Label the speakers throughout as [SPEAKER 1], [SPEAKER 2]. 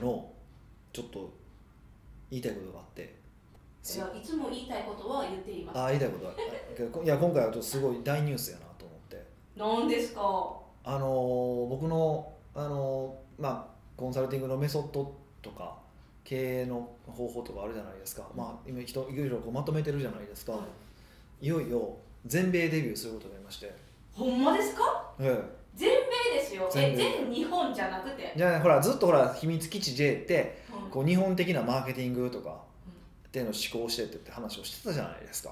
[SPEAKER 1] のちょっと言いたいことがあって
[SPEAKER 2] いやいつも言いたいことは言っています
[SPEAKER 1] ああ言いたいことはあいや今回はちょっとすごい大ニュースやなと思って
[SPEAKER 2] 何ですか
[SPEAKER 1] あのー僕の、あのーまあ、コンサルティングのメソッドとか経営の方法とかあるじゃないですか、まあ、今人いろいろこうまとめてるじゃないですか、、
[SPEAKER 2] はい
[SPEAKER 1] よいよ全米デビューすることになりまして、
[SPEAKER 2] ほんまですか
[SPEAKER 1] え
[SPEAKER 2] 全米ですよ
[SPEAKER 1] 全
[SPEAKER 2] え
[SPEAKER 1] 米
[SPEAKER 2] 全日本じゃなくて
[SPEAKER 1] え、じゃあほらずっとほら秘密基地 J って
[SPEAKER 2] うん
[SPEAKER 1] こう日本的なマーケティングとか
[SPEAKER 2] うん
[SPEAKER 1] っていうのを思考してってって話をしてたじゃないですか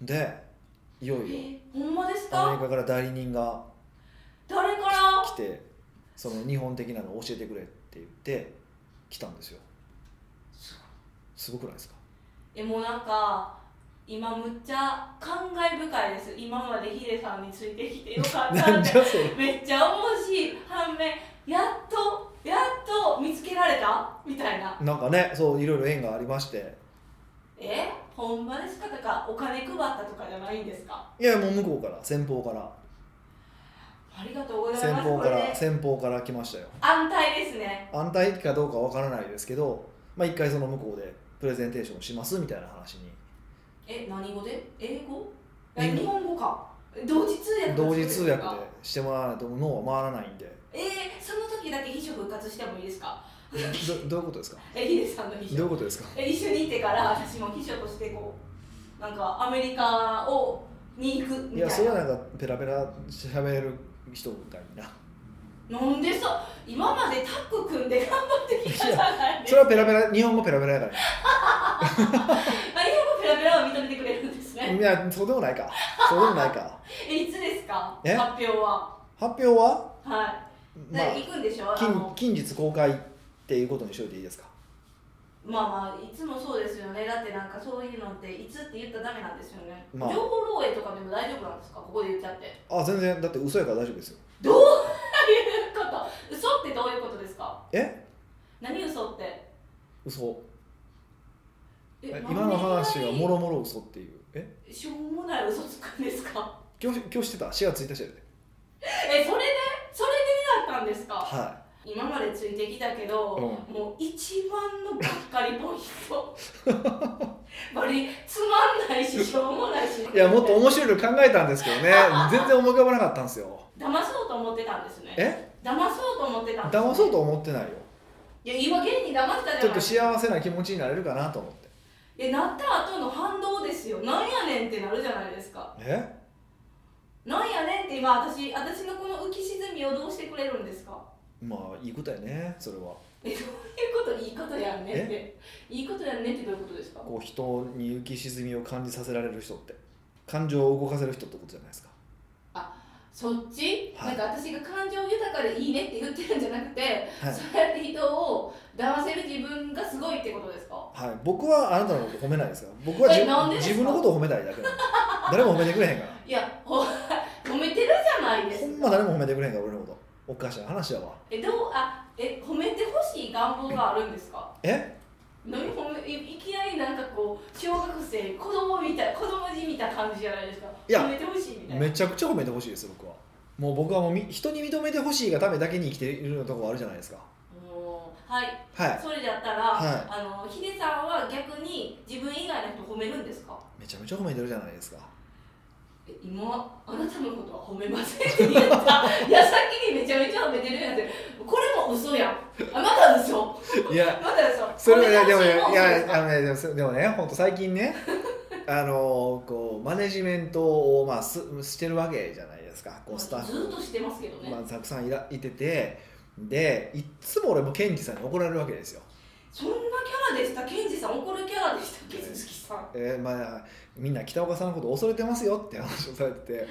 [SPEAKER 1] でいよいよ
[SPEAKER 2] えほんまです
[SPEAKER 1] アメリ
[SPEAKER 2] か
[SPEAKER 1] カから代理人が
[SPEAKER 2] 誰から
[SPEAKER 1] 来てその日本的なのを教えてくれって言って来たんですよ
[SPEAKER 2] す
[SPEAKER 1] すごくないですか
[SPEAKER 2] えもうなんか今むっちゃ感慨深いです今までヒデさんについてきてよかった
[SPEAKER 1] な
[SPEAKER 2] っ
[SPEAKER 1] ん
[SPEAKER 2] て
[SPEAKER 1] じゃそれ
[SPEAKER 2] めっちゃ思うし反面やっとやっと見つけられたみたい な
[SPEAKER 1] なんかねそういろいろ縁がありまして
[SPEAKER 2] えほんまですかとかお金配ったとかじゃないんですか
[SPEAKER 1] いやもう向こうから先方から
[SPEAKER 2] ありがとうござい
[SPEAKER 1] 先
[SPEAKER 2] ます
[SPEAKER 1] 方
[SPEAKER 2] こ
[SPEAKER 1] か
[SPEAKER 2] れ
[SPEAKER 1] ら
[SPEAKER 2] で
[SPEAKER 1] 先方から来ましたよ
[SPEAKER 2] 安泰ですね
[SPEAKER 1] 安泰かどうかわからないですけどまあ一回その向こうでプレゼンテーションしますみたいな話に
[SPEAKER 2] え何語で英語
[SPEAKER 1] 英
[SPEAKER 2] え
[SPEAKER 1] 語
[SPEAKER 2] 日本語か同時通訳
[SPEAKER 1] 同時通訳
[SPEAKER 2] か
[SPEAKER 1] でしてもらわないと脳は回らないんで
[SPEAKER 2] えー、その時だけ秘書復活してもいいですか
[SPEAKER 1] どどういうことですか
[SPEAKER 2] えヒデさんの秘
[SPEAKER 1] どうい
[SPEAKER 2] 書
[SPEAKER 1] うことですか
[SPEAKER 2] え一緒にいてから私も秘書としてこうなんかアメリカをに行く
[SPEAKER 1] い
[SPEAKER 2] み
[SPEAKER 1] や
[SPEAKER 2] た
[SPEAKER 1] そ
[SPEAKER 2] い
[SPEAKER 1] れは
[SPEAKER 2] な
[SPEAKER 1] なんかペラペラ喋る人みたいな
[SPEAKER 2] なんでそ今までタッグ組んで頑張ってきたじゃないです
[SPEAKER 1] そ
[SPEAKER 2] か
[SPEAKER 1] れはペラペラ日本語ペラペラやから
[SPEAKER 2] あ日本語ペラペラは認めてくれるんですね
[SPEAKER 1] いやそうでもないかそうでもないか
[SPEAKER 2] えいつですか
[SPEAKER 1] え
[SPEAKER 2] 発表は
[SPEAKER 1] 発表は
[SPEAKER 2] は
[SPEAKER 1] ま
[SPEAKER 2] い、だから行くんでしょ、あ
[SPEAKER 1] あ
[SPEAKER 2] の
[SPEAKER 1] 近近日公開っていうことにしといていいですか
[SPEAKER 2] まあまあいつもそうですよねだってなんかそういうのっていつって言ったらダメなんですよね、
[SPEAKER 1] まあ
[SPEAKER 2] 情報漏洩とかでも大丈夫なんですかここで言っちゃって
[SPEAKER 1] あ全然だって嘘やから大丈夫ですよ
[SPEAKER 2] どういうこと嘘ってどういうことですか
[SPEAKER 1] え
[SPEAKER 2] 何嘘って
[SPEAKER 1] 嘘
[SPEAKER 2] え
[SPEAKER 1] え
[SPEAKER 2] なんで
[SPEAKER 1] 今の話はもろ
[SPEAKER 2] い
[SPEAKER 1] もろ嘘っていうえ
[SPEAKER 2] きなりしょうもない嘘つくんですか
[SPEAKER 1] 今日今日してた4月1日やで
[SPEAKER 2] えそれでそれでだったんですか
[SPEAKER 1] は
[SPEAKER 2] 今までついてきたけど、
[SPEAKER 1] う
[SPEAKER 2] もう一番のがっかりポイント バリつまんないししょうもないし
[SPEAKER 1] いいやもっと面白いの考えたんですけどね全然思い浮かばなかったんですよ
[SPEAKER 2] 騙そうと思ってたんですね
[SPEAKER 1] え
[SPEAKER 2] 騙そうと思ってたんです、ね、
[SPEAKER 1] 騙そうと思ってないよ
[SPEAKER 2] いや今芸人騙した
[SPEAKER 1] ち
[SPEAKER 2] じ
[SPEAKER 1] ょ
[SPEAKER 2] ゃ
[SPEAKER 1] っ
[SPEAKER 2] な
[SPEAKER 1] と幸
[SPEAKER 2] い
[SPEAKER 1] せな気持ちになれるかなと思って
[SPEAKER 2] いやなった後の反動ですよなんやねんってなるじゃないですか
[SPEAKER 1] え
[SPEAKER 2] なんやねんって今私私のこの浮き沈みをどうしてくれるんですか
[SPEAKER 1] まあいいことやねそれは
[SPEAKER 2] えどういうこといいことやんねんっていいことやんねんってどういうことですか
[SPEAKER 1] こう人に浮き沈みを感じさせられる人って感情を動かせる人ってことじゃないですか
[SPEAKER 2] そっち、
[SPEAKER 1] はい
[SPEAKER 2] なんか私が感情豊かでいいねって言ってるんじゃなくて、
[SPEAKER 1] はい
[SPEAKER 2] そうやって人を騙せる自分がすごいってことですか
[SPEAKER 1] はい、僕はあなたのこと褒めないですから僕はじ
[SPEAKER 2] えなんでですか
[SPEAKER 1] 自分のことを褒めたいだけなの誰も褒めてくれへん から
[SPEAKER 2] いやほ褒めてるじゃないです
[SPEAKER 1] ほ
[SPEAKER 2] か
[SPEAKER 1] んま誰も褒めてくれへんから俺のことおかしな話やわ
[SPEAKER 2] えどうあえ褒めてほしい願望があるんですか
[SPEAKER 1] え
[SPEAKER 2] 何褒めいいきなりなんかこう小学生子供みたい子供じみた感じじゃないですか
[SPEAKER 1] いや
[SPEAKER 2] 褒めてほしいみたいな
[SPEAKER 1] めちゃくちゃ褒めてほしいです僕はもう僕はもうみ人に認めてほしいがためだけに生きているようなところあるじゃないですか
[SPEAKER 2] おーはい
[SPEAKER 1] はい
[SPEAKER 2] それだったら、
[SPEAKER 1] はい
[SPEAKER 2] あのヒデさんは逆に自分以外の人褒めるんですか
[SPEAKER 1] めちゃめちゃ褒めてるじゃないですか
[SPEAKER 2] え今あなたのことは褒めませんって言った 矢先にめちゃめちゃ褒めてるやつこれも嘘やんあまた嘘
[SPEAKER 1] いや
[SPEAKER 2] また
[SPEAKER 1] そ
[SPEAKER 2] 嘘
[SPEAKER 1] れはいや
[SPEAKER 2] 褒めて
[SPEAKER 1] で
[SPEAKER 2] ほ
[SPEAKER 1] も
[SPEAKER 2] し
[SPEAKER 1] ね
[SPEAKER 2] い
[SPEAKER 1] い
[SPEAKER 2] もんそうです
[SPEAKER 1] や
[SPEAKER 2] か
[SPEAKER 1] あのねでもそでもね本当最近ね あのこうマネジメントを、まあ、すしてるわけじゃないですかこうスタッ
[SPEAKER 2] ずっ
[SPEAKER 1] フ、
[SPEAKER 2] としてますけどね、
[SPEAKER 1] まあ、たくさんいらいててでいっつも俺もケンジさんに怒られるわけですよ、
[SPEAKER 2] そんなキャラでしたケンジさん怒るキャラでしたケンジさん
[SPEAKER 1] えーまあ、みんな北岡さんのこと恐れてますよって話をされてて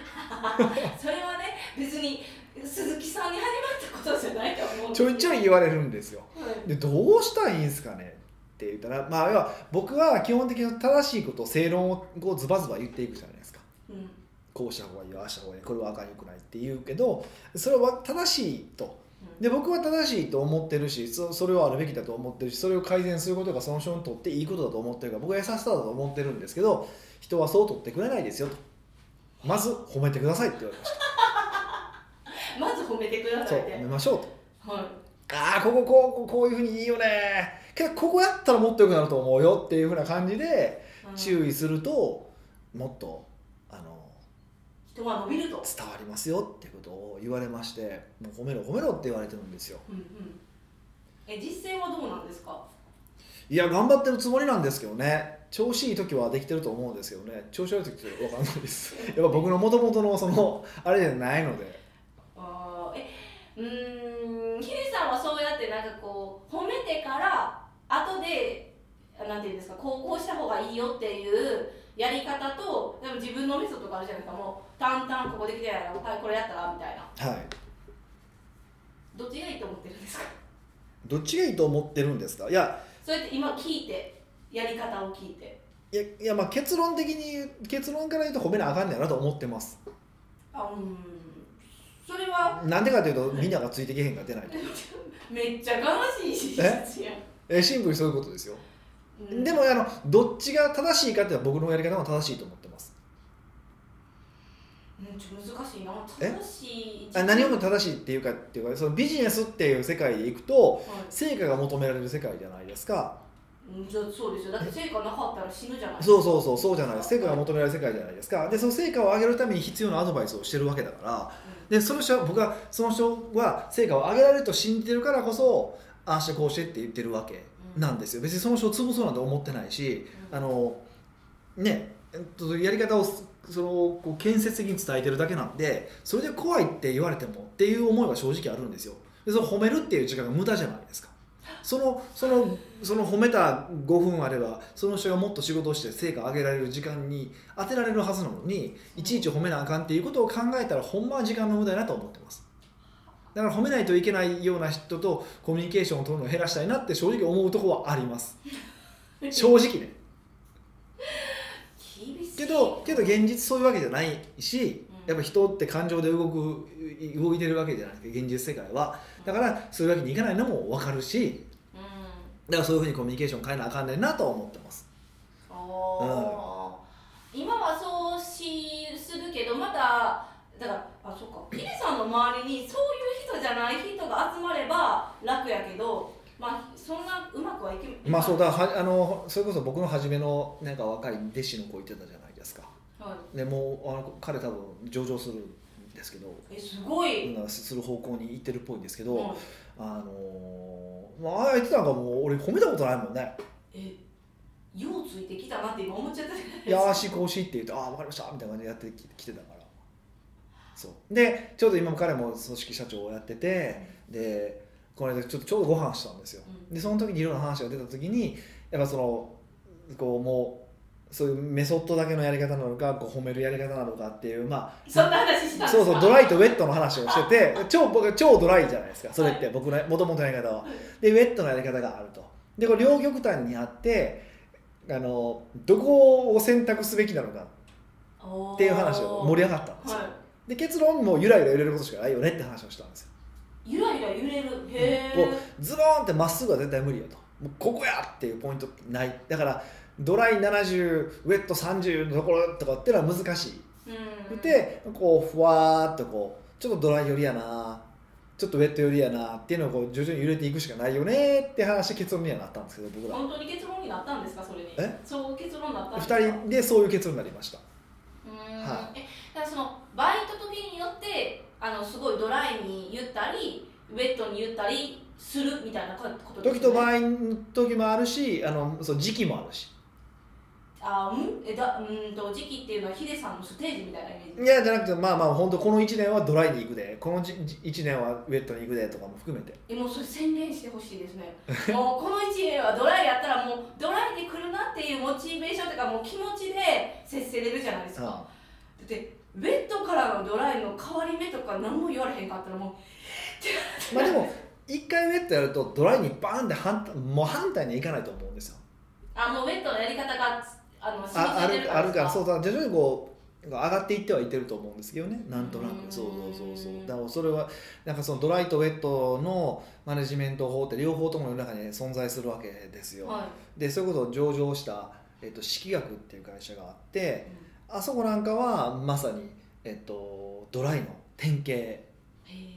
[SPEAKER 2] それはね別に鈴木さんに始まったことじゃないと 思うんで
[SPEAKER 1] ち
[SPEAKER 2] す
[SPEAKER 1] ょいちょい言われるんですよ
[SPEAKER 2] はい
[SPEAKER 1] でどうしたらいいんですかねって言ったら、まあ、要は僕は基本的に正しいこと正論をこうズバズバ言っていくじゃないですか
[SPEAKER 2] うん
[SPEAKER 1] こうした方がいいよああした方がいいこれはあかんよくないって言うけどそれは正しいとで僕は正しいと思ってるしそそれはあるべきだと思ってるしそれを改善することがその人にとっていいことだと思ってるから僕は優しさだと思ってるんですけど人はそう取ってくれないですよとまず褒めてくださいって言われまし
[SPEAKER 2] まず褒めてくだ
[SPEAKER 1] た
[SPEAKER 2] さ
[SPEAKER 1] そう
[SPEAKER 2] いっ
[SPEAKER 1] 褒め
[SPEAKER 2] て
[SPEAKER 1] ましょうと
[SPEAKER 2] はい
[SPEAKER 1] ああこここうこういうふうにいいよねけどここやったらもっと良くなると思うよっていうふうな感じで
[SPEAKER 2] うん
[SPEAKER 1] 注意するともっとあの
[SPEAKER 2] 人は伸びると、
[SPEAKER 1] 伝わりますよっていうことを言われましてもう褒めろ褒めろって言われてるんですよ
[SPEAKER 2] うんうん、え実践はどうなんですか
[SPEAKER 1] いや頑張ってるつもりなんですけどね調子いい時はできてると思うんですけどね調子悪い時って分かんないです やっぱ僕の元々のそのあれじゃないので
[SPEAKER 2] あーえうーんヒデさんはそうやってなんかこう褒めてから後であなんていうんですかこうこうした方がいいよっていうやり方とでも自分のメソッドがあるじゃないですかもう淡々ここできてないなはいこれやったらみたいな
[SPEAKER 1] はい
[SPEAKER 2] どっちがいいと思ってるんですか
[SPEAKER 1] どっちがいいと思ってるんですかいや
[SPEAKER 2] そうやって今聞いてやり方を聞いて
[SPEAKER 1] いやいやまあ結論的に言う結論から言うと褒めなあかんねやなと思ってます
[SPEAKER 2] あうーんそれは
[SPEAKER 1] なんでかというとみんながついてけへんが出ないと
[SPEAKER 2] めっちゃがましいし
[SPEAKER 1] え
[SPEAKER 2] いや
[SPEAKER 1] えシンプルにそういうことですよ
[SPEAKER 2] うん
[SPEAKER 1] でもあのどっちが正しいかっていうのは僕のやり方が正しいと思ってます
[SPEAKER 2] うんちょっと難しいな
[SPEAKER 1] え
[SPEAKER 2] 正しい
[SPEAKER 1] あ何をも
[SPEAKER 2] はい
[SPEAKER 1] 正しいっていうかっていうかそのビジネスっていう世界でいくと成果が求められる世界じゃないですか
[SPEAKER 2] うんじゃあそうですよだって成果なかったら死ぬじゃない
[SPEAKER 1] そうそうそうそうじゃない成果が求められる世界じゃないですかでその成果を上げるために必要なアドバイスをしてるわけだからでその人は僕はその人は成果を上げられると信じてるからこそああしてこうしてって言ってるわけなんですよ別にその人を潰そうなんて思ってないしあのねえっとやり方をすそのこう建設的に伝えてるだけなんでそれで怖いって言われてもっていう思いは正直あるんですよでその褒めるっていう時間が無駄じゃないですかそのそのその褒めた5分あればその人がもっと仕事をして成果上げられる時間に当てられるはずなのにいちいち褒めなあかんっていうことを考えたらほんまは時間の無駄やなと思ってますだから褒めないといけないような人とコミュニケーションを取るのを減らしたいなって正直思うとこはあります
[SPEAKER 2] うん
[SPEAKER 1] 正直ね
[SPEAKER 2] 厳しい
[SPEAKER 1] けどけど現実そういうわけじゃないし
[SPEAKER 2] うん
[SPEAKER 1] やっぱ人って感情で動く動いてるわけじゃないですか現実世界はだからそういうわけにいかないのも分かるし
[SPEAKER 2] うん
[SPEAKER 1] だからそういうふうにコミュニケーション変えなあかんねんなとは思ってます
[SPEAKER 2] あー今はそうしするけどまただからあそうかヒデさんの周りにそういう人じゃない人が集まれば楽やけどまあそんなうまくはいけない
[SPEAKER 1] まあそうだからはあのそれこそ僕の初めのなんか若い弟子の子いてたじゃないですか
[SPEAKER 2] はい
[SPEAKER 1] でもうあの彼多分上場するんですけど
[SPEAKER 2] えすごい、
[SPEAKER 1] なんかする方向に行ってるっぽいんですけ
[SPEAKER 2] う
[SPEAKER 1] ど、
[SPEAKER 2] ん
[SPEAKER 1] あのーまあああやってたんかもう俺褒めたことないもんね
[SPEAKER 2] えようついてきたなって今思っちゃったじゃない
[SPEAKER 1] いやーしこうしって言って「ああ分かりました」みたいな感じでやってききてたからそうでちょうど今も彼も組織社長をやっててでこの間ちょっとちょうどご飯したんですよ
[SPEAKER 2] うん
[SPEAKER 1] でその時にいろんな話が出た時にやっぱそのこうもうそういうメソッドだけのやり方なのかこう褒めるやり方なのかっていうまあ
[SPEAKER 2] そんな話したんですか
[SPEAKER 1] そうそうドライとウェットの話をしてて超僕超ドライじゃないですかそれって僕のもともとのやり方はでウェットのやり方があるとでこれ両極端にあってあのどこを選択すべきなのかっていう話を盛り上がったんですよ、
[SPEAKER 2] は
[SPEAKER 1] で結論もゆらゆら揺れることしかないよねって話をしたんですよ
[SPEAKER 2] いゆらゆら揺れるへ
[SPEAKER 1] こ
[SPEAKER 2] え
[SPEAKER 1] うズローンってまっすぐは絶対無理よともうここやっていうポイントないだからドライ70ウェット30のところとかっていうのは難しい
[SPEAKER 2] うん
[SPEAKER 1] でこうふわーっとこうちょっとドライ寄りやなちょっとウェット寄りやなっていうのをこう徐々に揺れていくしかないよねって話で結論にはなったんですけど僕ら
[SPEAKER 2] 本当に結論になったんですかそれに
[SPEAKER 1] え
[SPEAKER 2] そう結論になったんですか
[SPEAKER 1] 2人でそういう結論になりました
[SPEAKER 2] うーん
[SPEAKER 1] は
[SPEAKER 2] えだからそのバイト時によってあのすごいドライに言ったりウェットに言ったりするみたいなことです
[SPEAKER 1] 時
[SPEAKER 2] ね
[SPEAKER 1] と場合の時もあるしあのそう時期もあるし
[SPEAKER 2] あうんえだうーんと時期っていうのはヒデさんのステージみたいなイメージ
[SPEAKER 1] いやじゃなくてまあまあ本当この1年はドライに行くでこの1年はウェットに行くでとかも含めて
[SPEAKER 2] えもうそれ宣言してほしいで すねもうこの1年はドライやったらもうドライで来るなっていうモチベーションとかもう気持ちで接せれるじゃないですか、だ
[SPEAKER 1] あ
[SPEAKER 2] ってベッドからのドライの変わり目とか何も言われへんかったらもう
[SPEAKER 1] まあでも1回ウェットやるとドライにバーンって反対もう反対にはいかないと思うんですよ
[SPEAKER 2] あもうベッドのやり方があの
[SPEAKER 1] ああるあるからそううだ徐々にこう上がっていってはいってると思うんですけどねなんとな
[SPEAKER 2] うーん
[SPEAKER 1] くそうそうそうそうだからそれはなんかそのドライとウェットのマネジメント法って両方とも世の中に存在するわけですよ、
[SPEAKER 2] は
[SPEAKER 1] でそういうことを上場した、えっと、式学っていう会社があって、
[SPEAKER 2] い、
[SPEAKER 1] あそこなんかはまさに、えっと、ドライの典型
[SPEAKER 2] へ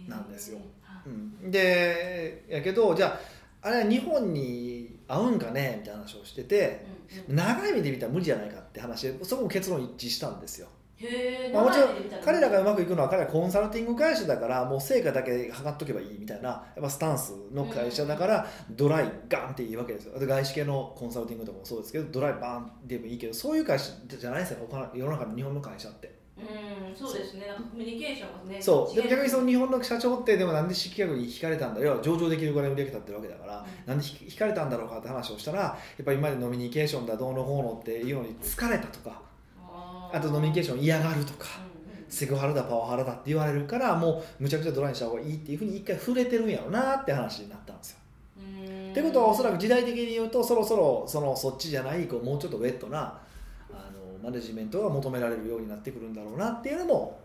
[SPEAKER 2] ー
[SPEAKER 1] なんですよ
[SPEAKER 2] は
[SPEAKER 1] うん、でやけどじゃああれは日本に合うんかねみたいな話をしてて
[SPEAKER 2] うんうん
[SPEAKER 1] 長い目で見たら無理じゃないかって話でそこも結論一致したんですよ
[SPEAKER 2] へえ
[SPEAKER 1] まあもちろん彼らがう
[SPEAKER 2] ま
[SPEAKER 1] まくいくのは彼らコンサルティング会社だからもう成果だけ測っとけばいいみたいなやっぱスタンスの会社だからドライガンっていいわけですよあと外資系のコンサルティングとかもそうですけどドライバーンでもいいけどそういう会社じゃないですよ他の世の中の日本の会社って
[SPEAKER 2] うんそうですねなんかコミュニケーションがね
[SPEAKER 1] そうでも逆にそ
[SPEAKER 2] の
[SPEAKER 1] の日本の社長ってでもなんで指揮学に惹かれたんだよ上場できるぐらい売り上げ立ってるわけだからなんでひ惹かれたんだろうかって話をしたらやっぱり今までノミニケーションだどうのこうのっていうのに疲れたとかあとノミニケー
[SPEAKER 2] シ
[SPEAKER 1] ション嫌がるとか
[SPEAKER 2] うんうん
[SPEAKER 1] セクハラだパワハラだって言われるからもうむちゃくちゃドライにした方がいいっていうふうに一回触れてるんやろなって話になったんですよ。
[SPEAKER 2] っ
[SPEAKER 1] ってことはおそら
[SPEAKER 2] く
[SPEAKER 1] く時代的に言うとそろそろそのそっちじゃないこうもうちょっとウェットなあのマネジメントが求められるようになってくるんだろうなっていうのも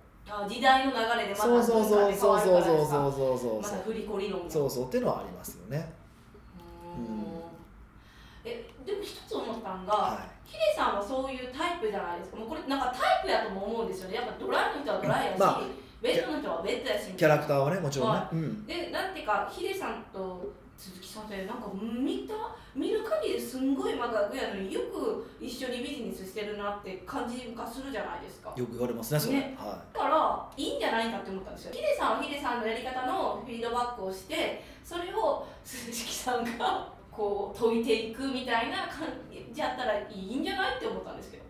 [SPEAKER 2] 時代の流れでまた
[SPEAKER 1] そうそうそうそうそうそうそう
[SPEAKER 2] う
[SPEAKER 1] そうそう
[SPEAKER 2] ま
[SPEAKER 1] そ
[SPEAKER 2] た
[SPEAKER 1] う
[SPEAKER 2] 振り子理論が
[SPEAKER 1] そうそうっていうのはありますよね。
[SPEAKER 2] うんえでも一つ思ったんが、
[SPEAKER 1] は
[SPEAKER 2] ヒデさんはそういうタイプじゃないですかもうこれなんかタイプやとも思うんですよねやっぱドライの人はドライやし、
[SPEAKER 1] まあ
[SPEAKER 2] ウェットの人はウェットやし
[SPEAKER 1] い、キャラクターはねもちろんね。
[SPEAKER 2] は
[SPEAKER 1] うん
[SPEAKER 2] でなんていうかヒデさんと鈴木さんってなんか見た見る限りすんごい真逆やのによく一緒にビジネスしてるなって感じがするじゃないですか
[SPEAKER 1] よく言われますねそれ
[SPEAKER 2] ね
[SPEAKER 1] は
[SPEAKER 2] だからいいんじゃないかって思ったんですよヒデさんはヒデさんのやり方のフィードバックをしてそれを鈴木さんが こう解いていくみたいな感じやったらいいんじゃないって思ったんですけど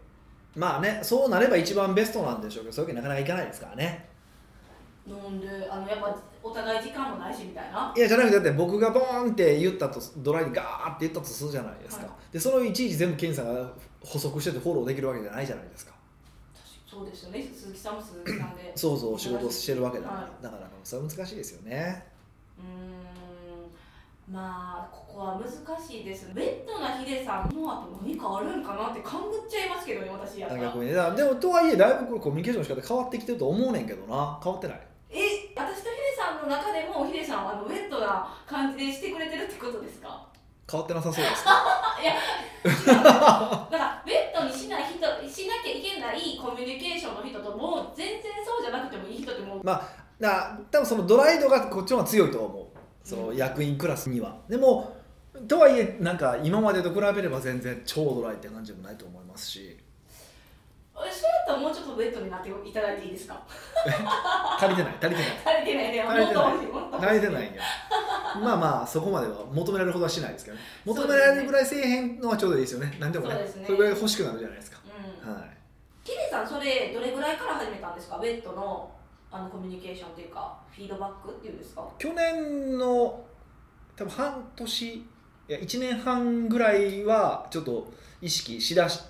[SPEAKER 1] い、まあねそうなれば一番ベストなんでしょうけどそういうわけになかなかいかないですからね
[SPEAKER 2] なんであのやっぱお互い時間もないしみたいない
[SPEAKER 1] やじゃなくてだって僕がボーンって言ったとドライにガーって言ったとするじゃないですか、
[SPEAKER 2] は
[SPEAKER 1] でそれをいちいち全部ケンさんが補足しててフォローできるわけじゃないじゃないですか
[SPEAKER 2] そうですよね鈴木さんも鈴木さんで
[SPEAKER 1] そうそう仕事をしてるわけだから、
[SPEAKER 2] は
[SPEAKER 1] だからそれは難しいですよね
[SPEAKER 2] うーんまあここは難しいですウェットなヒデさんもあと何かあるんかなって勘ぐっちゃいますけどね私やったら
[SPEAKER 1] 逆にねだからでもとはいえだいぶこれコミュニケーションの仕方変わってきてると思うねんけどな変わってない
[SPEAKER 2] え私とヒデさんの中でもヒデさんはあのウェットな感じでしてくれてるってことですか
[SPEAKER 1] 変わってなさそうですか
[SPEAKER 2] だからウェットにしない人しなきゃいけないコミュニケーションの人ともう全然そうじゃなくてもいい人ってもう
[SPEAKER 1] だから多分そのドライ度がこっちの方が強いと思うその役員クラスには、でもとはいえなんか今までと比べれば全然超ドライって感じでもないと思いますし
[SPEAKER 2] えそうやったらもうちょっとウェットになっていただいていいですか
[SPEAKER 1] 足りてない足りてない
[SPEAKER 2] 足りてないねも
[SPEAKER 1] 足りて
[SPEAKER 2] っと
[SPEAKER 1] ない
[SPEAKER 2] 欲しいもっと欲し
[SPEAKER 1] 足りてないんやまあまあそこまでは求められるほどはしないですけどね求められるぐらいせえへんのはちょうどいいですよね何でもね
[SPEAKER 2] そうですね
[SPEAKER 1] れぐらい欲しくなるじゃないですか、
[SPEAKER 2] うん
[SPEAKER 1] は
[SPEAKER 2] ヒデさんそれどれぐらいから始めたんですかウェットのあのコミュニケーションというかフィードバックっていうんですか
[SPEAKER 1] い、去年の多分半年いや1年半ぐらいはちょっと意識しだし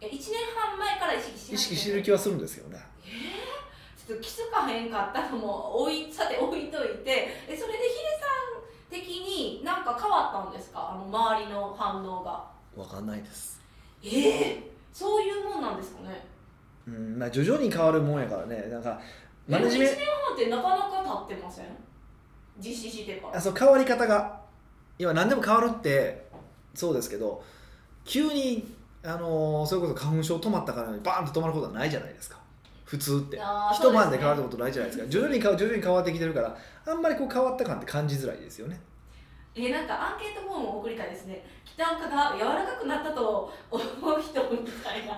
[SPEAKER 2] え1年半前から意識して
[SPEAKER 1] 意識してる
[SPEAKER 2] ち
[SPEAKER 1] 気はするんですけどね
[SPEAKER 2] ょっと気づかへんかったのも置い さて置いといてえそれでヒデさん的になんか変わったんですかあの周りの反応が
[SPEAKER 1] 分かんないです
[SPEAKER 2] ええそういうもんなんですかね
[SPEAKER 1] うんまあ徐々に変わるもんやからねなんかマネジメン
[SPEAKER 2] 1年半ってなかなか経ってません実施してか
[SPEAKER 1] あ
[SPEAKER 2] ら
[SPEAKER 1] そう変わり方が今何でも変わるってそうですけど急に、あのーそれこそ花粉症止まったからにバーンと止まることはないじゃないですか普通って
[SPEAKER 2] あー
[SPEAKER 1] 一晩
[SPEAKER 2] そう
[SPEAKER 1] です
[SPEAKER 2] ね
[SPEAKER 1] 変わることないじゃないですか徐々に変わ徐々に変わってきてるからあんまりこう変わった感って感じづらいですよね
[SPEAKER 2] えーなんかアンケートフォームを送りたいですね北岡が柔らかくなったと思う人みたいな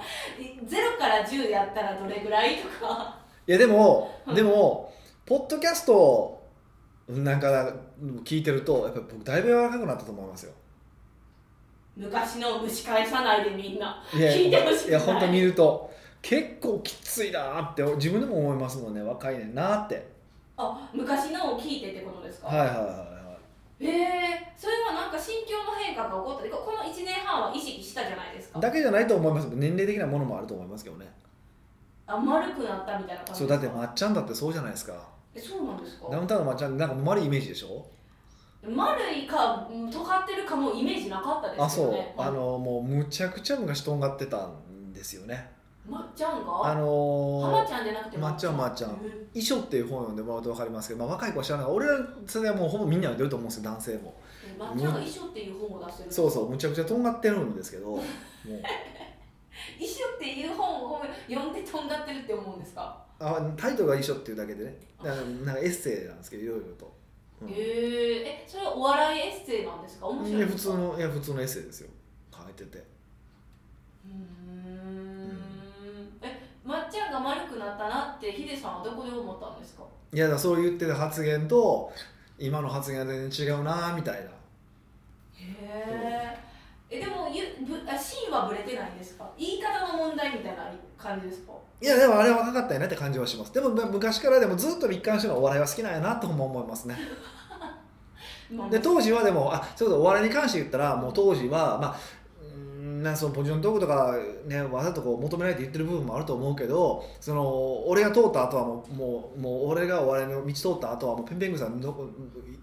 [SPEAKER 2] 0から10やったらどれぐらいとか
[SPEAKER 1] いやでも
[SPEAKER 2] はい
[SPEAKER 1] でもポッドキャストなんか聞いてるとやっぱり僕だいぶ柔らかくなったと思いますよ
[SPEAKER 2] 昔の蒸し返さないでみんない
[SPEAKER 1] や
[SPEAKER 2] 聞いてほしくない
[SPEAKER 1] いや本当見ると結構きついなーって自分でも思いますもんね若いねんなーって
[SPEAKER 2] あ昔のを聞いてってことですか、
[SPEAKER 1] はいはいはいはい
[SPEAKER 2] ええそれはなんか心境の変化が起こったでここの1年半は意識したじゃないですか
[SPEAKER 1] だけじゃないと思います年齢的なものもあると思いますけどね
[SPEAKER 2] あ丸くなったみたいな感じ
[SPEAKER 1] そうだってまっちゃんだってそうじゃないですか
[SPEAKER 2] えそうなんですか
[SPEAKER 1] ダウンタウンのまっちゃんなんか丸いイメージでしょ
[SPEAKER 2] 丸いかうん尖ってるかもイメージなかったで
[SPEAKER 1] あ
[SPEAKER 2] す
[SPEAKER 1] そ
[SPEAKER 2] よ
[SPEAKER 1] う
[SPEAKER 2] ね
[SPEAKER 1] あのもうむちゃくちゃ昔とんがってたんですよね
[SPEAKER 2] まっちゃんが
[SPEAKER 1] あ
[SPEAKER 2] 浜
[SPEAKER 1] のー
[SPEAKER 2] ちゃんじゃなくて
[SPEAKER 1] まっちゃんまっちゃん
[SPEAKER 2] え
[SPEAKER 1] 遺書っていう本を読んでもらうと分かりますけど、まあ、若い子は知らない俺ら世代はもうほぼみんな読んでると思うんですよ男性も
[SPEAKER 2] えまっちゃんが遺書っていう本を出してる
[SPEAKER 1] そうそうむちゃくちゃとんがってるんですけどもう
[SPEAKER 2] 遺書っていう本を読んでとんがってるって思うんですか
[SPEAKER 1] あタイトルが遺書っていうだけでねだからなんかエッセイなんですけどいろいろとうん
[SPEAKER 2] へええそれはお笑いエッセイなんですか面白
[SPEAKER 1] い
[SPEAKER 2] い
[SPEAKER 1] や
[SPEAKER 2] ん
[SPEAKER 1] 普
[SPEAKER 2] です
[SPEAKER 1] 通
[SPEAKER 2] かう
[SPEAKER 1] のいや普通のエッセイですよ書いてて
[SPEAKER 2] ーんえまっちゃんが丸くなったなってヒデさんはどこで思ったんですか
[SPEAKER 1] いやだからそう言ってた発言と今の発言は全然違うなみたいな
[SPEAKER 2] へええでもゆぶあシーンはぶれてないんですか言い方の問題みたいな感じですか
[SPEAKER 1] いやでもあれは若かったよねって感じはしますでもまあ昔からでもずっと一貫してのお笑いは好きなんやなとも思いますね
[SPEAKER 2] まあ
[SPEAKER 1] で当時はでもあそうだお笑いに関して言ったらもう当時はまあうんなんかそのポジショントークとか、ね、わざとこう求められて言ってる部分もあると思うけどその俺が通った後はもうもうもう俺がお笑いの道通った後はもうペンペングさんの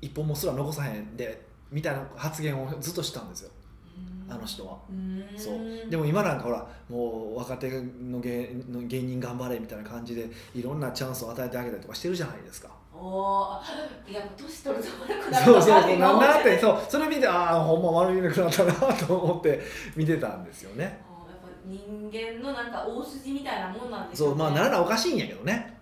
[SPEAKER 1] 一本もすら残さへんでみたいな発言をずっとしてたんですよ
[SPEAKER 2] うーん
[SPEAKER 1] あの人は。
[SPEAKER 2] うーん
[SPEAKER 1] そうでも今なんかほらもう若手の芸の芸人頑張れみたいな感じでいろんなチャンスを与えてあげたりとかしてるじゃないですか。
[SPEAKER 2] おーいや年取ると悪くなる
[SPEAKER 1] そうそう
[SPEAKER 2] って
[SPEAKER 1] そうなんだってそうそれ見てああほんま悪いなくなったなと思って見てたんですよね。
[SPEAKER 2] あーやっぱ人間のなんか大筋みたいなもんなんです
[SPEAKER 1] そ
[SPEAKER 2] よ、ね、
[SPEAKER 1] うまあならなおかしいんやけどね。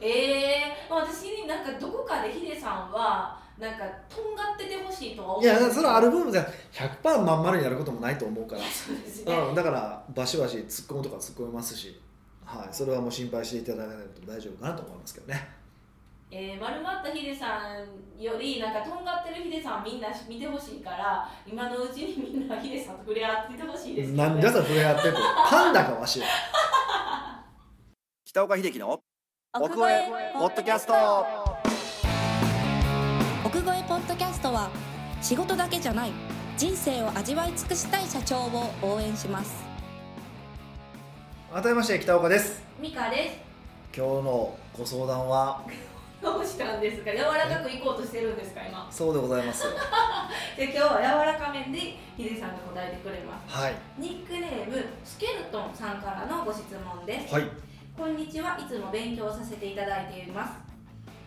[SPEAKER 2] ええまあ、私になんかどこかでヒデさんはなんかとんがっててほしいとは思う
[SPEAKER 1] いやそれはある部分じゃ100%まん丸にやることもないと思うか
[SPEAKER 2] い
[SPEAKER 1] ら
[SPEAKER 2] や。そうですね、
[SPEAKER 1] うん、だからバシバシ突っ込むとか突っ込みますし、はい、それはもう心配していただかないと大丈夫かなと思いますけどね。
[SPEAKER 2] えー、丸まったヒデさんよりなんかとんがってるヒデさんはみんな見てほしいから今のうちにみんなヒデさんと触れ合っててほしいですけど
[SPEAKER 1] なんじゃそれ触れ合っててパンダかわしら
[SPEAKER 3] 北岡秀樹の奥越えポッドキャスト
[SPEAKER 4] 奥越えポッドキャストは仕事だけじゃない人生を味わい尽くしたい社長を応援します
[SPEAKER 1] 改めまして北岡です
[SPEAKER 2] ミカです
[SPEAKER 1] 今日のご相談は
[SPEAKER 2] どうしたんですか柔らかくいこうとしてるんですか今
[SPEAKER 1] そうでございますよ
[SPEAKER 2] で今日は柔らかめでヒデさんが答えてくれます
[SPEAKER 1] はい
[SPEAKER 2] ニックネームスケルトンさんからのご質問です
[SPEAKER 1] はい
[SPEAKER 2] こんにちは。いつも勉強させていただいています。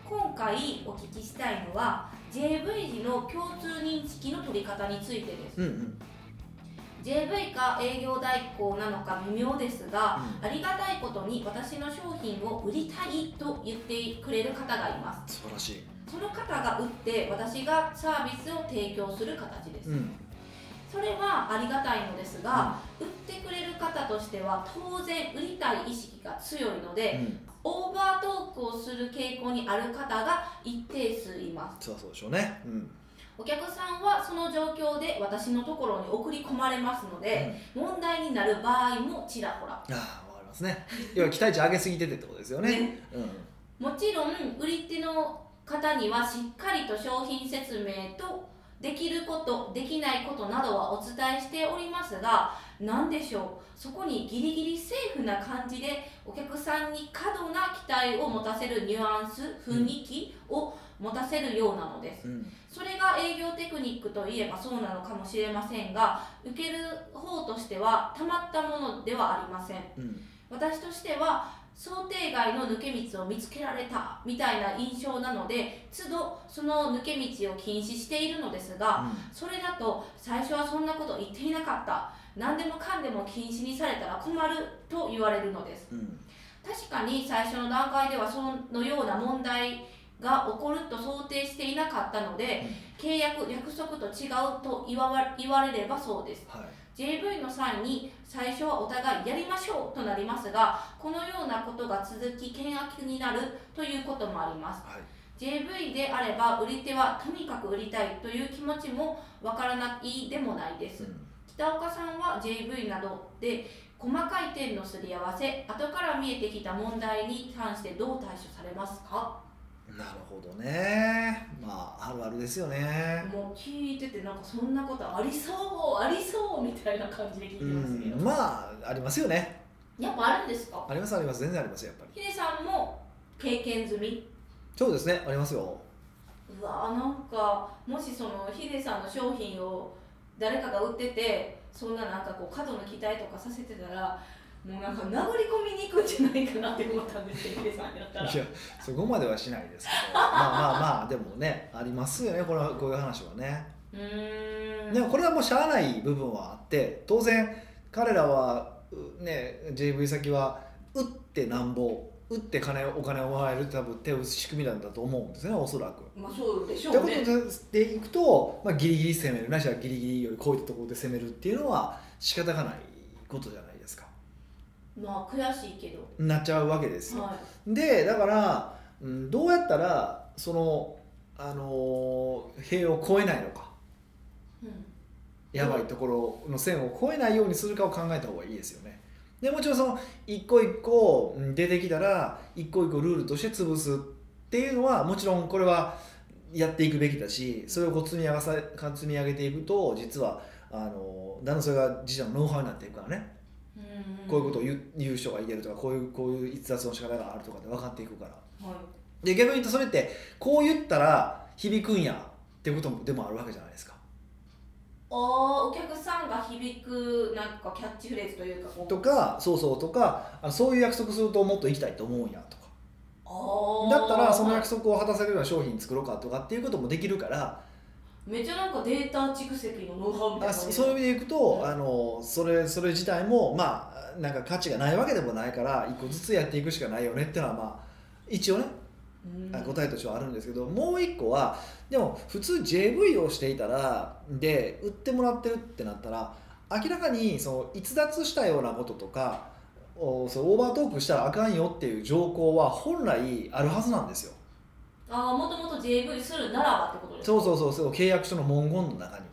[SPEAKER 2] 今回お聞きしたいのは JV 時の共通認識の取り方についてです。
[SPEAKER 1] うんうん
[SPEAKER 2] JV か営業代行なのか微妙ですが、
[SPEAKER 1] うん
[SPEAKER 2] ありがたいことに私の商品を売りたいと言ってくれる方がいま
[SPEAKER 1] 素晴らしい
[SPEAKER 2] す。その方が売って私がサービスを提供する形です。
[SPEAKER 1] うん
[SPEAKER 2] それはありがたいのですが、売ってくれる方としては当然売りたい意識が強いので、
[SPEAKER 1] うん
[SPEAKER 2] オーバートークをする傾向にある方が一定数います
[SPEAKER 1] そうそうでしょうねうん
[SPEAKER 2] お客さんはその状況で私のところに送り込まれますので、問題になる場合もちらほら
[SPEAKER 1] ああわかりますね要は期待値上げすぎててってことですよね
[SPEAKER 2] ね
[SPEAKER 1] うん
[SPEAKER 2] もちろん売り手の方にはしっかりと商品説明とできることできないことなどはお伝えしておりますが何でしょうそこにギリギリセーフな感じでお客さんに過度な期待を持たせるニュアンス雰囲気を持たせるようなのです
[SPEAKER 1] うん
[SPEAKER 2] それが営業テクニックといえばそうなのかもしれませんが受ける方としてはたまったものではありません
[SPEAKER 1] うん
[SPEAKER 2] 私としては想定外の抜け道を見つけられたみたいな印象なので都度その抜け道を禁止しているのですがそれだと最初はそんなこと言っていなかった何でもかんでも禁止にされたら困ると言われるのです
[SPEAKER 1] うんうん
[SPEAKER 2] 確かに最初の段階ではそのような問題が起こると想定していなかったので、契約約束と違うと言わ言われればそうです
[SPEAKER 1] はい
[SPEAKER 2] JV の際に最初はお互いやりましょうとなりますがこのようなことが続き険悪になるということもあります
[SPEAKER 1] はい
[SPEAKER 2] JV であれば売り手はとにかく売りたいという気持ちもわからないでもないです
[SPEAKER 1] うん
[SPEAKER 2] 北岡さんは JV などで細かい点のすり合わせ後から見えてきた問題に関してどう対処されますか
[SPEAKER 1] なるほどねまああるあるですよね
[SPEAKER 2] もう聞いててなんかそんなことありそうありそうみたいな感じで聞いて
[SPEAKER 1] う
[SPEAKER 2] ますけど、
[SPEAKER 1] んまあありますよね
[SPEAKER 2] やっぱあるんですか
[SPEAKER 1] ありますあります全然ありますよやっぱり
[SPEAKER 2] ヒデさんも経験済み
[SPEAKER 1] そうですねありますよ
[SPEAKER 2] うわなんかもしそのヒデさんの商品を誰かが売っててそんななんかこう過度の期待とかさせてたらもうなんか殴り込みに行くんじゃないかなって思ったんですけどヒデさんやったら
[SPEAKER 1] いやそこまではしないですけどまあまあまあでもねありますよねこれはこういう話はね、
[SPEAKER 2] うーん
[SPEAKER 1] でもこれはもうしゃあない部分はあって当然彼らはうね JV 先は打ってなんぼ打って金をお金をもらえるって多分手を打つ仕組みなんだと思うんですねおそらく。
[SPEAKER 2] まあそうでしょ
[SPEAKER 1] って
[SPEAKER 2] う
[SPEAKER 1] こ
[SPEAKER 2] ね
[SPEAKER 1] とでいくと、まあ、ギリギリ攻めるなしはギリギリよりこういったところで攻めるっていうのは仕方がないことじゃないですか
[SPEAKER 2] まあ悔しいけど
[SPEAKER 1] なっちゃうわけですよ、
[SPEAKER 2] はい
[SPEAKER 1] でだから、うん、どうやったらその、あのー塀を越えないのか
[SPEAKER 2] うん
[SPEAKER 1] やばいところの線を越えないようにするかを考えた方がいいですよねでもちろんその一個一個うん出てきたら一個一個ルールとして潰すっていうのはもちろんこれはやっていくべきだしそれをこう積み上げさ積み上げていくと実はあのだんだんそれが自社のノウハウになっていくからね、
[SPEAKER 2] うん
[SPEAKER 1] こういうことを言う言う人がいてるとかこういうこういう逸脱の仕方があるとかって分かっていくから
[SPEAKER 2] はい
[SPEAKER 1] で逆に言うとそれってこう言ったら響くんやってこともでもあるわけじゃないですか
[SPEAKER 2] あーお客さんが響くなんかキャッチフレーズというかこと
[SPEAKER 1] かそうそうとかあそういう約束するともっと行きたいと思うんやとか
[SPEAKER 2] あー
[SPEAKER 1] だったらその約束を果たせるような商品作ろうかとかっていうこともできるから
[SPEAKER 2] めっちゃなんかデータ蓄積のノウハウみたい
[SPEAKER 1] あ
[SPEAKER 2] な
[SPEAKER 1] そそういう意味でいくとあのそれそれ自体もまあなんか価値がないわけでもないから一個ずつやっていくしかないよねっていうのはまあ一応ね
[SPEAKER 2] うん
[SPEAKER 1] あ答えとしてはあるんですけどもう一個はでも普通 JV をしていたらで売ってもらってるってなったら明らかにその逸脱したようなこととかおそのオーバートークしたらあかんよっていう条項は本来あるはずなんですよ
[SPEAKER 2] あーもともと JV するならばってことですか
[SPEAKER 1] そうそうそうそう契約書の文言の中に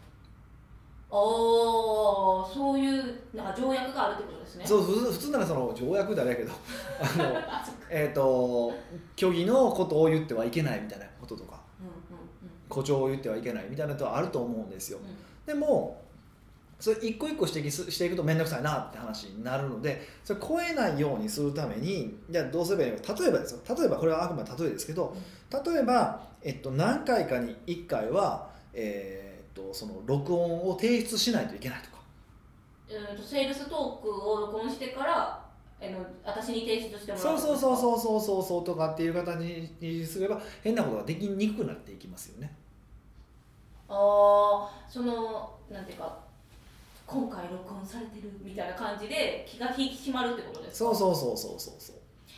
[SPEAKER 2] ああそういうなんか条約があるってことですね
[SPEAKER 1] そう普通普通ならその条約だれやけどあの
[SPEAKER 2] あそっか
[SPEAKER 1] えっと虚偽のことを言ってはいけないみたいなこととか
[SPEAKER 2] うんうん
[SPEAKER 1] 誇張を言ってはいけないみたいなことはあると思うんですよ
[SPEAKER 2] うんうん
[SPEAKER 1] でもそれ一個一個指摘すしていくと面倒くさいなって話になるのでそれ超えないようにするためにじゃあどうすればいいのか例えばですよ例えばこれはあくまで例えですけど例えば、えっと、何回かに1回は、えーっとその録音を提出しないといけないとか
[SPEAKER 2] えーとセールストークを録音してからあの私に提出してもら
[SPEAKER 1] そううそうそう
[SPEAKER 2] う
[SPEAKER 1] そうそうそうそうとかっていう形にすれば変なことができにくくなっていきますよね。
[SPEAKER 2] ああそのなんていうか今回録音されてるみたいな感じで気が引き締まるってことです
[SPEAKER 1] そ
[SPEAKER 2] か
[SPEAKER 1] うそうそうそうそうそう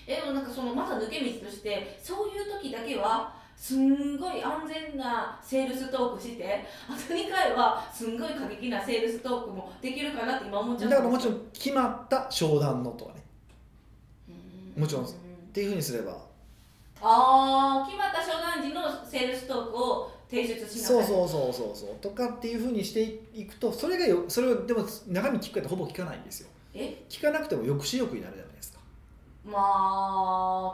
[SPEAKER 2] えでもなんかそのまた抜け道としてそういう時だけはすんごい安全なセールストークしてあと2回はすんごい過激なセールストークもできるかなって今思っちゃう
[SPEAKER 1] だからもちろ
[SPEAKER 2] うん
[SPEAKER 1] 決まった商談のとかね
[SPEAKER 2] ん
[SPEAKER 1] もちろん
[SPEAKER 2] う
[SPEAKER 1] っていうふうにすれば
[SPEAKER 2] ああ決まった商談時のセールストークを提出しなさ
[SPEAKER 1] そう
[SPEAKER 2] い
[SPEAKER 1] そうそうそうそうとかっていうふうにしていくとそれがよそれをでも中身聞くかってほぼ聞かないんですよ
[SPEAKER 2] え
[SPEAKER 1] 聞かなくても抑止力になるじゃないですか
[SPEAKER 2] ま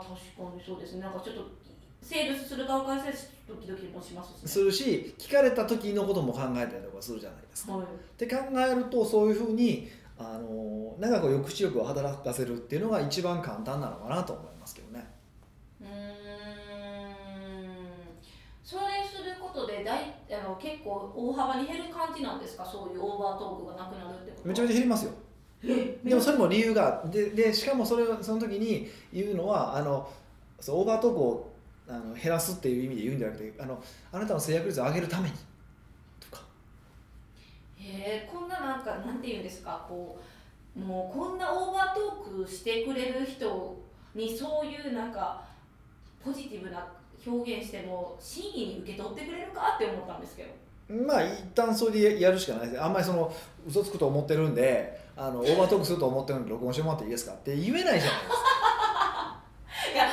[SPEAKER 2] あ確かにそうですねなんかちょっとセールスする側からせドキドキもしますし
[SPEAKER 1] す
[SPEAKER 2] ね
[SPEAKER 1] るし聞かれた時のことも考えたりとかするじゃないですか
[SPEAKER 2] は
[SPEAKER 1] っ
[SPEAKER 2] い
[SPEAKER 1] て考えるとそういうふうにあの長く抑止力を働かせるっていうのが一番簡単なのかなと思いますけどね
[SPEAKER 2] うーんそれすることで大あの結構大幅に減る感じなんですかそういうオーバートークがなくなるってこと
[SPEAKER 1] めちゃめちゃ減りますよでもそれも理由がででしかもそれをその時に言うのはあのそうオーバートークをあの減らすっていう意味で言うんじゃなくてあのあなたの制約率を上げるためにとか
[SPEAKER 2] へえこんななんかなんて言うんですかこうもうこんなオーバートークしてくれる人にそういうなんかポジティブな表現しても真意に受け取ってくれるかって思ったんですけど
[SPEAKER 1] まあ一旦それでやるしかないですあんまりその嘘つくと思ってるんであのオーバートークすると思ってるんで録音してもらっていいですかって言えないじゃないですか
[SPEAKER 2] いや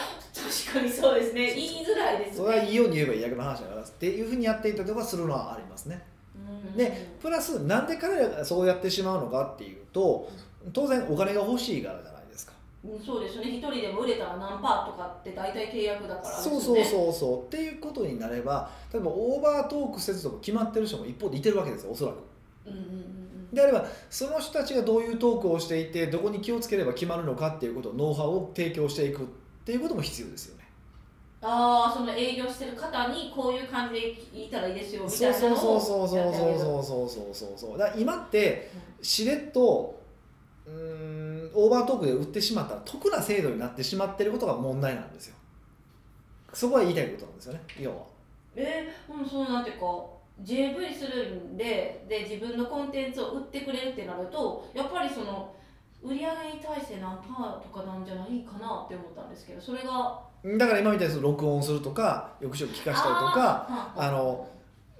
[SPEAKER 2] 確かにそうですね言いづらいです
[SPEAKER 1] それはい
[SPEAKER 2] ね
[SPEAKER 1] いように言えばいいだけの話だからっていうふうにやっていたりとかするのはありますね
[SPEAKER 2] うん
[SPEAKER 1] でプラスなんで彼らがそうやってしまうのかっていうと当然お金が欲しいからじゃないですか
[SPEAKER 2] うんそうですよね一人でも売れたら何パーとかって大体契約だからですよ
[SPEAKER 1] そ
[SPEAKER 2] ね
[SPEAKER 1] うそうそうそうっていうことになれば例えばオーバートークせずとも決まってる人も一方でいてるわけですよおそらく
[SPEAKER 2] うんうんうんうん
[SPEAKER 1] であればその人たちがどういうトークをしていてどこに気をつければ決まるのかっていうことをノウハウを提供していくっていうことも必要ですよね
[SPEAKER 2] ああその営業してる方にこういう感じで言ったらいいですよみた
[SPEAKER 1] そ
[SPEAKER 2] いうな
[SPEAKER 1] そう
[SPEAKER 2] の
[SPEAKER 1] そうそ
[SPEAKER 2] を
[SPEAKER 1] うそうそうそうそうそうそうだから今ってしれっとうーんオーバートークで売ってしまったら得な制度になってしまってることが問題なんですよそこは言いたいことなんですよね要は
[SPEAKER 2] えー、うんそうなんていうか JV するんでで自分のコンテンツを売ってくれるってなるとやっぱりその売り上げに対して何パーとかなんじゃないかなって思ったんですけどそれが
[SPEAKER 1] だから今みたいにその録音するとか抑止を聞かしたりとか
[SPEAKER 2] あ
[SPEAKER 1] あの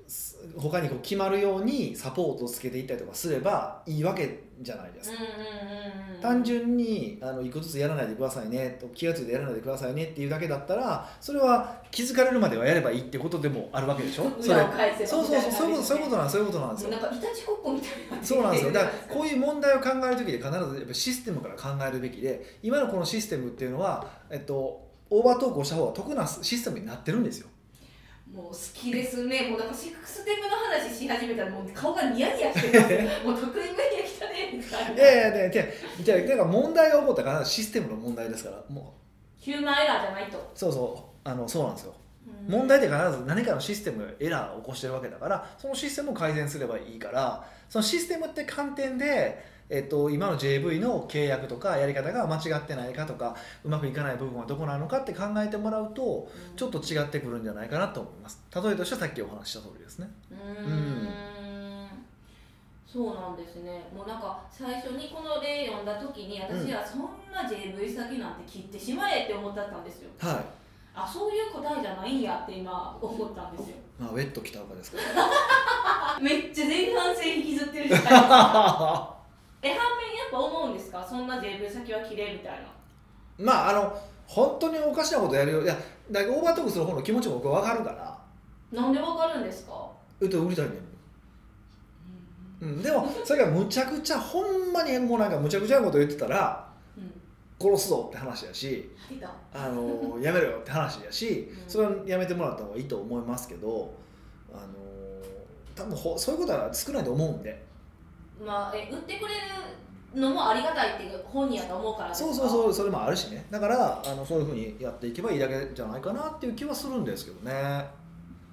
[SPEAKER 1] す他にこう決まるようにサポートをつけていったりとかすればいいわけじゃないですか、
[SPEAKER 2] うんうんうんうん
[SPEAKER 1] 単純にあの一個ずつやらないでくださいねと気が付いてやらないでくださいねっていうだけだったらそれは気づかれるまではやればいいってことでもあるわけでしょそれ
[SPEAKER 2] 裏を返せば
[SPEAKER 1] そうそうそうそういうことそういうこと
[SPEAKER 2] と
[SPEAKER 1] なんそういうことなんですよ
[SPEAKER 2] なんかいたちごっこみたいな
[SPEAKER 1] そうなんですよだからこういう問題を考える時で必ずやっぱシステムから考えるべきで今のこのシステムっていうのは、えっと、オーバー投稿した方が得なシステムになってるんですよ
[SPEAKER 2] もう好きですねもうなんかシックステムの話し始めたらもう顔がニヤニヤして ますもう得意分野来たねみたい
[SPEAKER 1] い
[SPEAKER 2] な
[SPEAKER 1] やいやいやいやいやだから問題が起こったからシステムの問題ですからも
[SPEAKER 2] ヒューマンエラーじゃないと、
[SPEAKER 1] うそうそうあのそうなんですよ
[SPEAKER 2] うん
[SPEAKER 1] 問題って必ず何かのシステムエラーを起こしてるわけだからそのシステムを改善すればいいからそのシステムって観点で、えっと、今の JV の契約とかやり方が間違ってないかとかうまくいかない部分はどこなのかって考えてもらうと
[SPEAKER 2] うん
[SPEAKER 1] ちょっと違ってくるんじゃないかなと思います例えとしてはさっきお話しした通りですね
[SPEAKER 2] うーんそうなんですねもうなんか最初にこの例読んだ時に私はそんな JV 先なんて切ってしまえって思ったったんですよ
[SPEAKER 1] は
[SPEAKER 2] あそういう答えじゃないんやって今思ったんですよ
[SPEAKER 1] い、まあ、ウェット北岡ですか
[SPEAKER 2] あめっちゃ前半戦引きずってるじゃないです か
[SPEAKER 1] ら
[SPEAKER 2] え反面やっぱ思うんですかそんな JV 先は切れみたいな
[SPEAKER 1] まああの本当におかしなことやるよいやだからオーバートークする方の気持ちも僕は分かるから
[SPEAKER 2] なんでわかるんですか、
[SPEAKER 1] えっと売りたいねんうん、でもそれがむちゃくちゃほんまにもうなんかむちゃくちゃなこと言ってたら
[SPEAKER 2] うん、
[SPEAKER 1] 殺すぞって話やし、
[SPEAKER 2] 出た
[SPEAKER 1] あ のやめろよって話やし
[SPEAKER 2] うん
[SPEAKER 1] それはやめてもらった方がいいと思いますけど、あの多分ほそういうことは少ないと思うんで
[SPEAKER 2] まあえ売ってくれるのもありがたいっていう本人やと思うからです
[SPEAKER 1] そ
[SPEAKER 2] か
[SPEAKER 1] うそうそうそれもあるしねだからあのそういうふうにやっていけばいいだけじゃないかなっていう気はするんですけどね、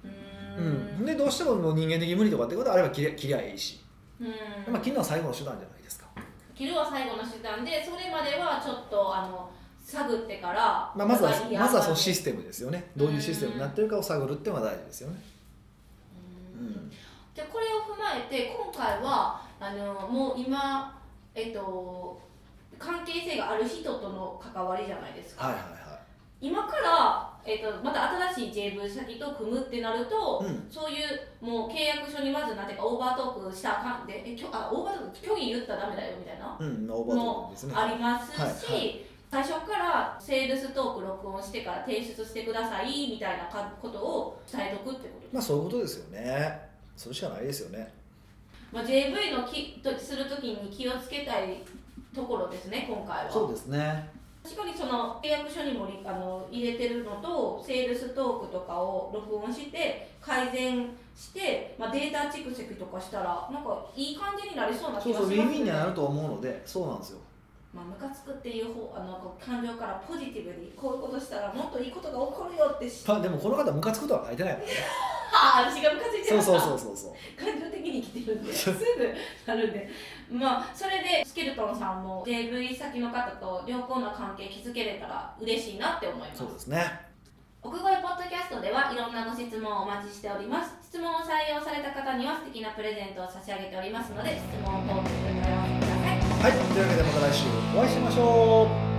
[SPEAKER 2] う
[SPEAKER 1] う
[SPEAKER 2] ー
[SPEAKER 1] ん
[SPEAKER 2] ん
[SPEAKER 1] でどうしてももう人間的無理とかってことはあれば切りゃ切りゃいいし、
[SPEAKER 2] うん
[SPEAKER 1] まあ、切るのは最後の手段じゃないですか、
[SPEAKER 2] 切るは最後の手段でそれまではちょっとあの探ってから、
[SPEAKER 1] まあ、まずは
[SPEAKER 2] お互いに
[SPEAKER 1] まずはその
[SPEAKER 2] う
[SPEAKER 1] システムですよねどういうシステムになってるかを探るっていうのが大事ですよね
[SPEAKER 2] んでこれを踏まえて今回はあのもう今えっと関係性がある人との関わりじゃないですか、
[SPEAKER 1] はいはい
[SPEAKER 2] 今から、えっとまた新しい JV 先と組むってなると、
[SPEAKER 1] はい、うん、
[SPEAKER 2] そういうもう契約書にまずなんていうかオーバートークしたらあかんでえきょあオーバートーク虚偽言ったらダメだよみたいな
[SPEAKER 1] うん、オーバートークですね
[SPEAKER 2] ありますし、
[SPEAKER 1] はいは
[SPEAKER 2] 最初からセールストーク録音してから提出してくださいみたいなかことを伝えとくってこと
[SPEAKER 1] まあそういうことですよねそれしかないですよね
[SPEAKER 2] まあ、JV のきとするときに気をつけたいところですね今回は
[SPEAKER 1] ですね
[SPEAKER 2] 確かにその契約書にもりあの入れてるのとセールストークとかを録音して改善して、まあ、データ蓄積とかしたらなんかいい感じになりそうな
[SPEAKER 1] そ
[SPEAKER 2] 気
[SPEAKER 1] う
[SPEAKER 2] が
[SPEAKER 1] そうウ
[SPEAKER 2] し
[SPEAKER 1] ィン
[SPEAKER 2] ま
[SPEAKER 1] ウ
[SPEAKER 2] す
[SPEAKER 1] ィンに
[SPEAKER 2] ね
[SPEAKER 1] はなると思うのでそうなんですよ
[SPEAKER 2] まあ、ムカつくっていう方あのこう感情からポジティブにこういうことしたらもっといいことが起こるよってし
[SPEAKER 1] まあでもこの方ムカつくことは書いてないからね
[SPEAKER 2] ああ私がムカついて
[SPEAKER 1] そ
[SPEAKER 2] ま
[SPEAKER 1] う
[SPEAKER 2] した
[SPEAKER 1] そうそうそうそう
[SPEAKER 2] 感情的に生きてるんですぐなるんでまあそれでスケルトンさんも JV 先の方と良好な関係築けれたら嬉しいなって思います
[SPEAKER 1] そうですね
[SPEAKER 2] 奥越ポッドキャストではいろんなご質問をお待ちしております質問を採用された方には素敵なプレゼントを差し上げておりますので質問を登録お問い合わせください
[SPEAKER 1] はいというわけでまた来週お会いしましょう